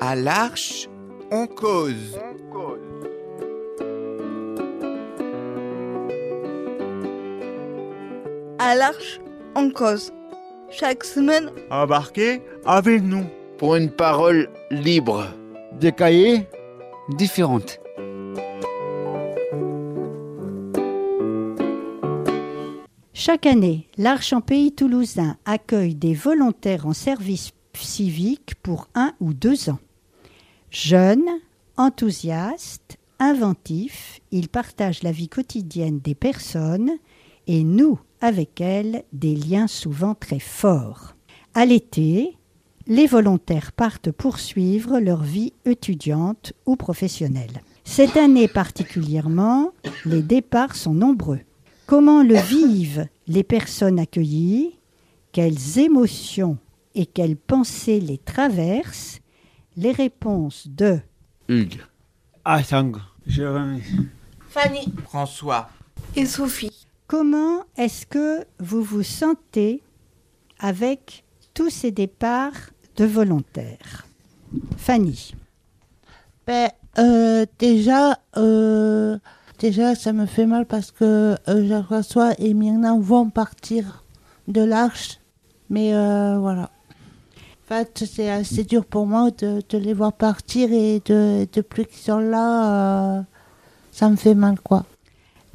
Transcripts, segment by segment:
À l'arche, on cause. À l'arche, on cause. Chaque semaine, Embarquez avec nous. pour une parole libre. Des cahiers différentes. Chaque année, l'Arche en Pays toulousain accueille des volontaires en service civique pour un ou deux ans. Jeunes, enthousiastes, inventifs, ils partagent la vie quotidienne des personnes et nouent avec elles des liens souvent très forts. À l'été, les volontaires partent poursuivre leur vie étudiante ou professionnelle. Cette année particulièrement, les départs sont nombreux. Comment le vivent les personnes accueillies Quelles émotions et quelles pensées les traversent Les réponses de Hugues. Assang. Jérémy. Fanny François, et Sophie. comment est-ce que vous vous sentez avec tous ces départs de volontaires Fanny, Ben, euh, déjà, euh, déjà, ça me fait mal parce que euh, Jean-François et Myrna vont partir de l'Arche. Mais euh, voilà. En fait, c'est assez dur pour moi de, de les voir partir et de, depuis qu'ils sont là, euh, ça me fait mal, quoi.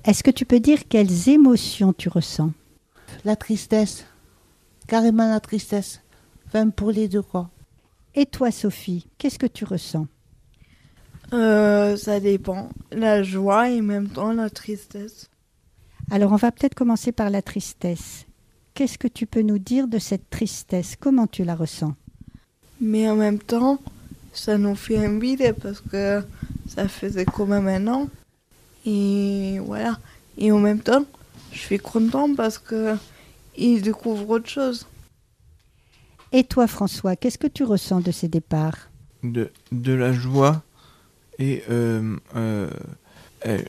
est-ce que tu peux dire quelles émotions tu ressens La tristesse. Carrément la tristesse. Enfin, pour les deux, quoi. Et toi Sophie, qu'est-ce que tu ressens Euh, ça dépend. La joie et en même temps la tristesse. Alors on va peut-être commencer par la tristesse. Qu'est-ce que tu peux nous dire de cette tristesse Comment tu la ressens Mais en même temps, ça nous fait un vide parce que ça faisait quand même un an. Et voilà. Et en même temps, je suis content parce que ils découvrent autre chose. Et toi François, qu'est-ce que tu ressens de ces départs De, de la joie. Et euh, euh, euh,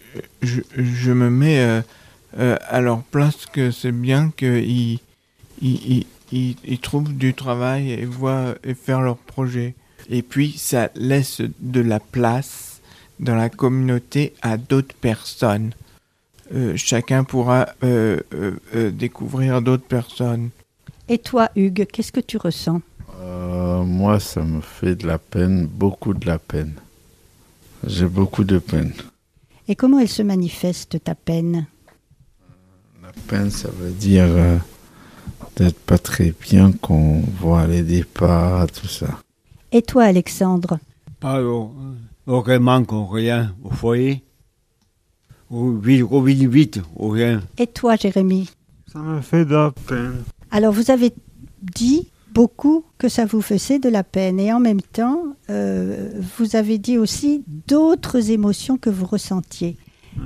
je, je me mets euh, euh, à leur place que c'est bien qu'ils ils, ils- ils- ils trouvent du travail et voient et faire leurs projets. Et puis ça laisse de la place dans la communauté à d'autres personnes. Euh, chacun pourra euh, euh, euh, découvrir d'autres personnes. Et toi Hugues, qu'est-ce que tu ressens Euh, moi, ça me fait de la peine, beaucoup de la peine. J'ai beaucoup de peine. Et comment elle se manifeste ta peine La peine, ça veut dire euh, d'être pas très bien, qu'on voit les départs, tout ça. Et toi Alexandre Pardon. Aucun manque, rien au foyer. Au vite, au vite, vite, au rien. Et toi Jérémy Ça me fait de la peine. Alors vous avez dit beaucoup que ça vous faisait de la peine et en même temps euh, vous avez dit aussi d'autres émotions que vous ressentiez.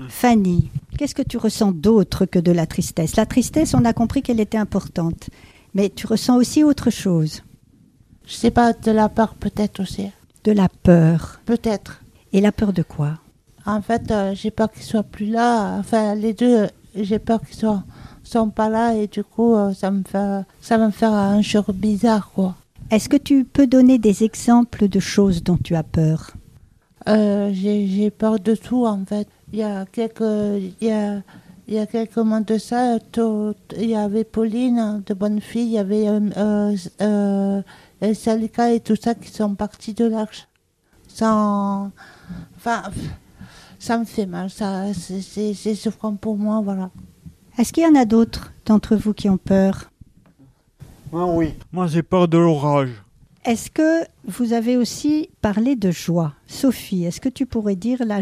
Fanny, qu'est-ce que tu ressens d'autre que de la tristesse La tristesse, on a compris qu'elle était importante, mais tu ressens aussi autre chose, Je sais pas, de la part peut-être aussi. de la peur. Peut-être. Et la peur de quoi En fait, euh, j'ai peur qu'ils soient plus là. Enfin, les deux, euh, j'ai peur qu'ils soient sont pas là et du coup, euh, ça me fait ça va me faire un jour bizarre quoi. Est-ce que tu peux donner des exemples de choses dont tu as peur Euh, j'ai j'ai peur de tout en fait. Il y a quelques il y a il y a quelques mois de ça, tout- il y avait Pauline de bonne fille, il y avait euh, euh, euh, et Salika et tout ça qui sont partis de l'arche. Sans enfin ça me fait mal, ça c'est- c'est c'est souffrant pour moi voilà. Est-ce qu'il y en a d'autres d'entre vous qui ont peur Moi, oui. Moi, j'ai peur de l'orage. Est-ce que vous avez aussi parlé de joie Sophie, est-ce que tu pourrais dire la-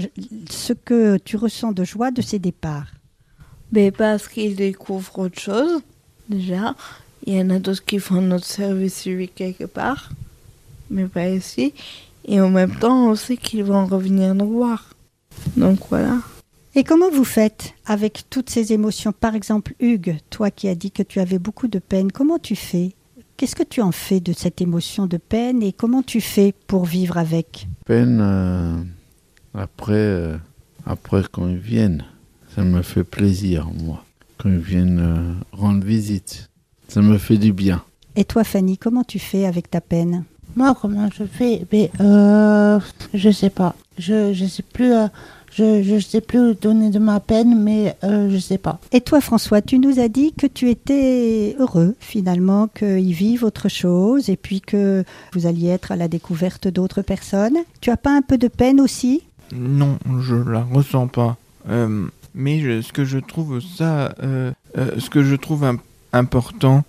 ce que tu ressens de joie de ces départs Mais parce qu'ils découvrent autre chose, déjà. Il y en a d'autres qui font notre service civique quelque part, mais pas ici. Et en même temps, on sait qu'ils vont revenir nous voir. Donc voilà. Et comment vous faites avec toutes ces émotions Par exemple, Hugues, toi qui as dit que tu avais beaucoup de peine, comment tu fais Qu'est-ce que tu en fais de cette émotion de peine et comment tu fais pour vivre avec Peine, euh, après, euh, après quand ils viennent, ça me fait plaisir, moi. Quand ils viennent euh, rendre visite, ça me fait du bien. Et toi, Fanny, comment tu fais avec ta peine Moi, comment je fais Mais euh, je sais pas. Je je sais plus. euh, je je sais plus donner de ma peine, mais euh, je sais pas. Et toi, François, tu nous as dit que tu étais heureux, finalement, qu'ils vivent autre chose et puis que vous alliez être à la découverte d'autres personnes. Tu as pas un peu de peine aussi Non, je la ressens pas. Euh, mais je- ce que je trouve ça, euh, euh, ce que je trouve im- important,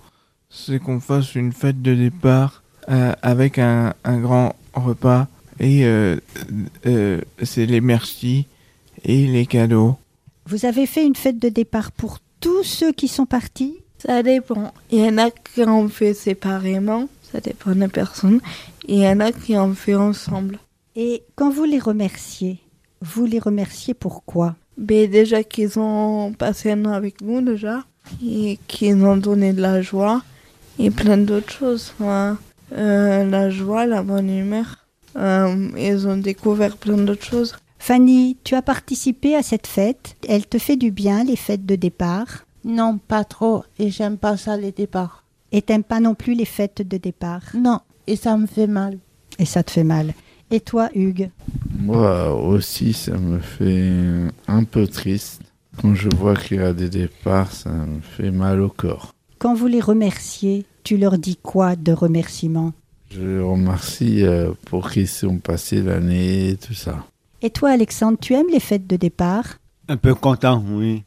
c'est qu'on fasse une fête de départ euh, avec un, un grand repas et euh, euh, c'est les merci et les cadeaux. Vous avez fait une fête de départ pour tous ceux qui sont partis Ça dépend. Il y en a qui en fait séparément, ça dépend des personnes. Et il y en a qui en fait ensemble. Et quand vous les remerciez, vous les remerciez pourquoi Mais déjà qu'ils ont passé un an avec nous déjà, et qu'ils ont donné de la joie, et plein d'autres choses. hein. Euh, la joie, la bonne humeur. Euh, ils ont découvert plein d'autres choses. Fanny, tu as participé à cette fête. Elle te fait du bien, les fêtes de départ. Non, pas trop. Et j'aime pas ça les départs. Et t'aimes pas non plus les fêtes de départ. Non, et ça me fait mal. Et ça te fait mal. Et toi, Hugues Moi aussi, ça me fait un peu triste. Quand je vois qu'il y a des départs, ça me fait mal au corps. Quand vous les remerciez, tu leur dis quoi de remerciement Je les remercie euh, pour qu'ils sont passés l'année et tout ça. Et toi, Alexandre, tu aimes les fêtes de départ Un peu content, oui.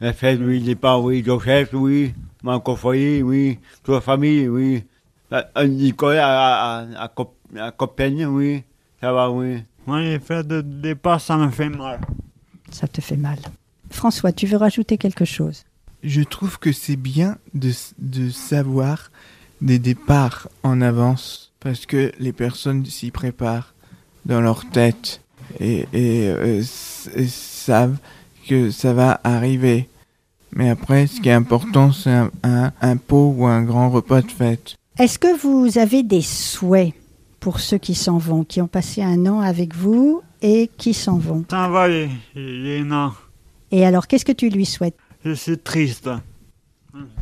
La fête, oui, le départ, oui. Joseph, oui. Mon foyer, oui. Toute la famille, oui. Euh, euh, Nicolas à, à, à, Cop- à Copenhague, oui. Ça va, oui. Moi, les fêtes de départ, ça me fait mal. Ça te fait mal. François, tu veux rajouter quelque chose Je trouve que c'est bien de, s- de savoir des départs en avance parce que les personnes s'y préparent dans leur tête et, et, euh, s- et savent que ça va arriver. Mais après, ce qui est important, c'est un, un- un pot ou un grand repas de fête. Est-ce que vous avez des souhaits pour ceux qui s'en vont, qui ont passé un an avec vous et qui s'en vont T'en va, les, les nains. Et alors, qu'est-ce que tu lui souhaites Je suis triste.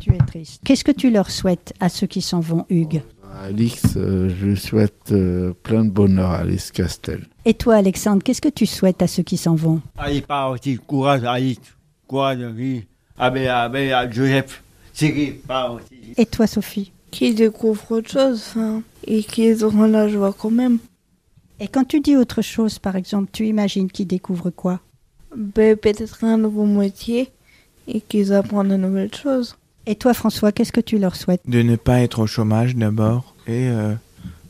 Tu es triste. Qu'est-ce que tu leur souhaites à ceux qui s'en vont, Hugues À Alix, euh, je lui souhaite euh, plein de bonheur, Alice Castel. Et toi, Alexandre, qu'est-ce que tu souhaites à ceux qui s'en vont Allez, pas aussi. Courage, Alice. Courage, oui. Avec, avec euh, Joseph. Cyril, pas aussi. Et toi, Sophie Qu'ils découvrent autre chose, hein, et qu'ils auront la joie quand même. Et quand tu dis autre chose, par exemple, tu imagines qu'ils découvrent quoi Ben, peut-être un nouveau métier, et qu'ils apprennent de nouvelles choses. Et toi, François, qu'est-ce que tu leur souhaites De ne pas être au chômage d'abord et euh,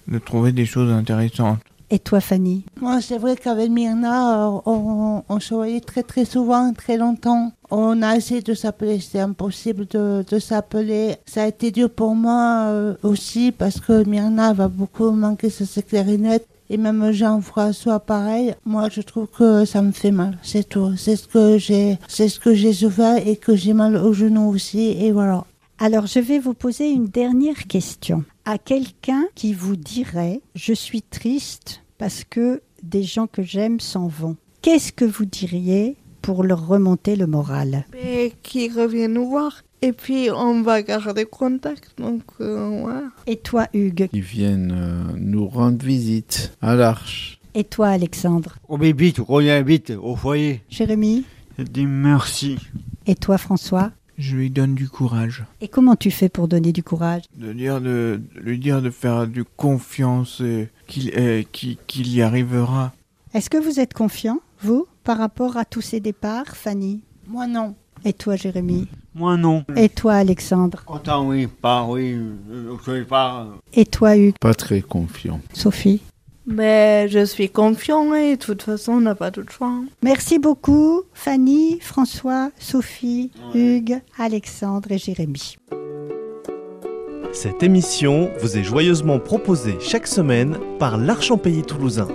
de trouver des choses intéressantes. Et toi, Fanny Moi, c'est vrai qu'avec Myrna, euh, on, on se voyait très très souvent, très longtemps. On a essayé de s'appeler, c'était impossible de, de s'appeler. Ça a été dur pour moi euh, aussi parce que Myrna va beaucoup manquer sur ses clarinettes. Et même Jean-François, pareil. Moi, je trouve que ça me fait mal. C'est tout. C'est ce que j'ai, c'est ce que j'ai souffert et que j'ai mal au genou aussi. Et voilà. Alors, je vais vous poser une dernière question. À quelqu'un qui vous dirait Je suis triste parce que des gens que j'aime s'en vont, qu'est-ce que vous diriez pour leur remonter le moral Mais qu'ils reviennent nous voir. Et puis, on va garder contact, donc, euh, voilà. Et toi, Hugues Ils viennent euh, nous rendre visite à l'Arche. Et toi, Alexandre On vit vite, on revient vite au foyer. Jérémy Je dis merci. Et toi, François Je lui donne du courage. Et comment tu fais pour donner du courage de dire de, de lui dire de faire du confiance euh, qu'il euh, qu'il qu'il y arrivera. Est-ce que vous êtes confiant, vous, par rapport à tous ces départs, Fanny Moi, non. Et toi, Jérémy Moi, non. Et toi, Alexandre Content, oui. Pas, oui. euh, Je sais pas. Et toi, Hugues Pas très confiant. Sophie Mais je suis confiant et de toute façon, on n'a pas d'autre choix. hein. Merci beaucoup, Fanny, François, Sophie, Hugues, Alexandre et Jérémy. Cette émission vous est joyeusement proposée chaque semaine par l'Archempéry toulousain.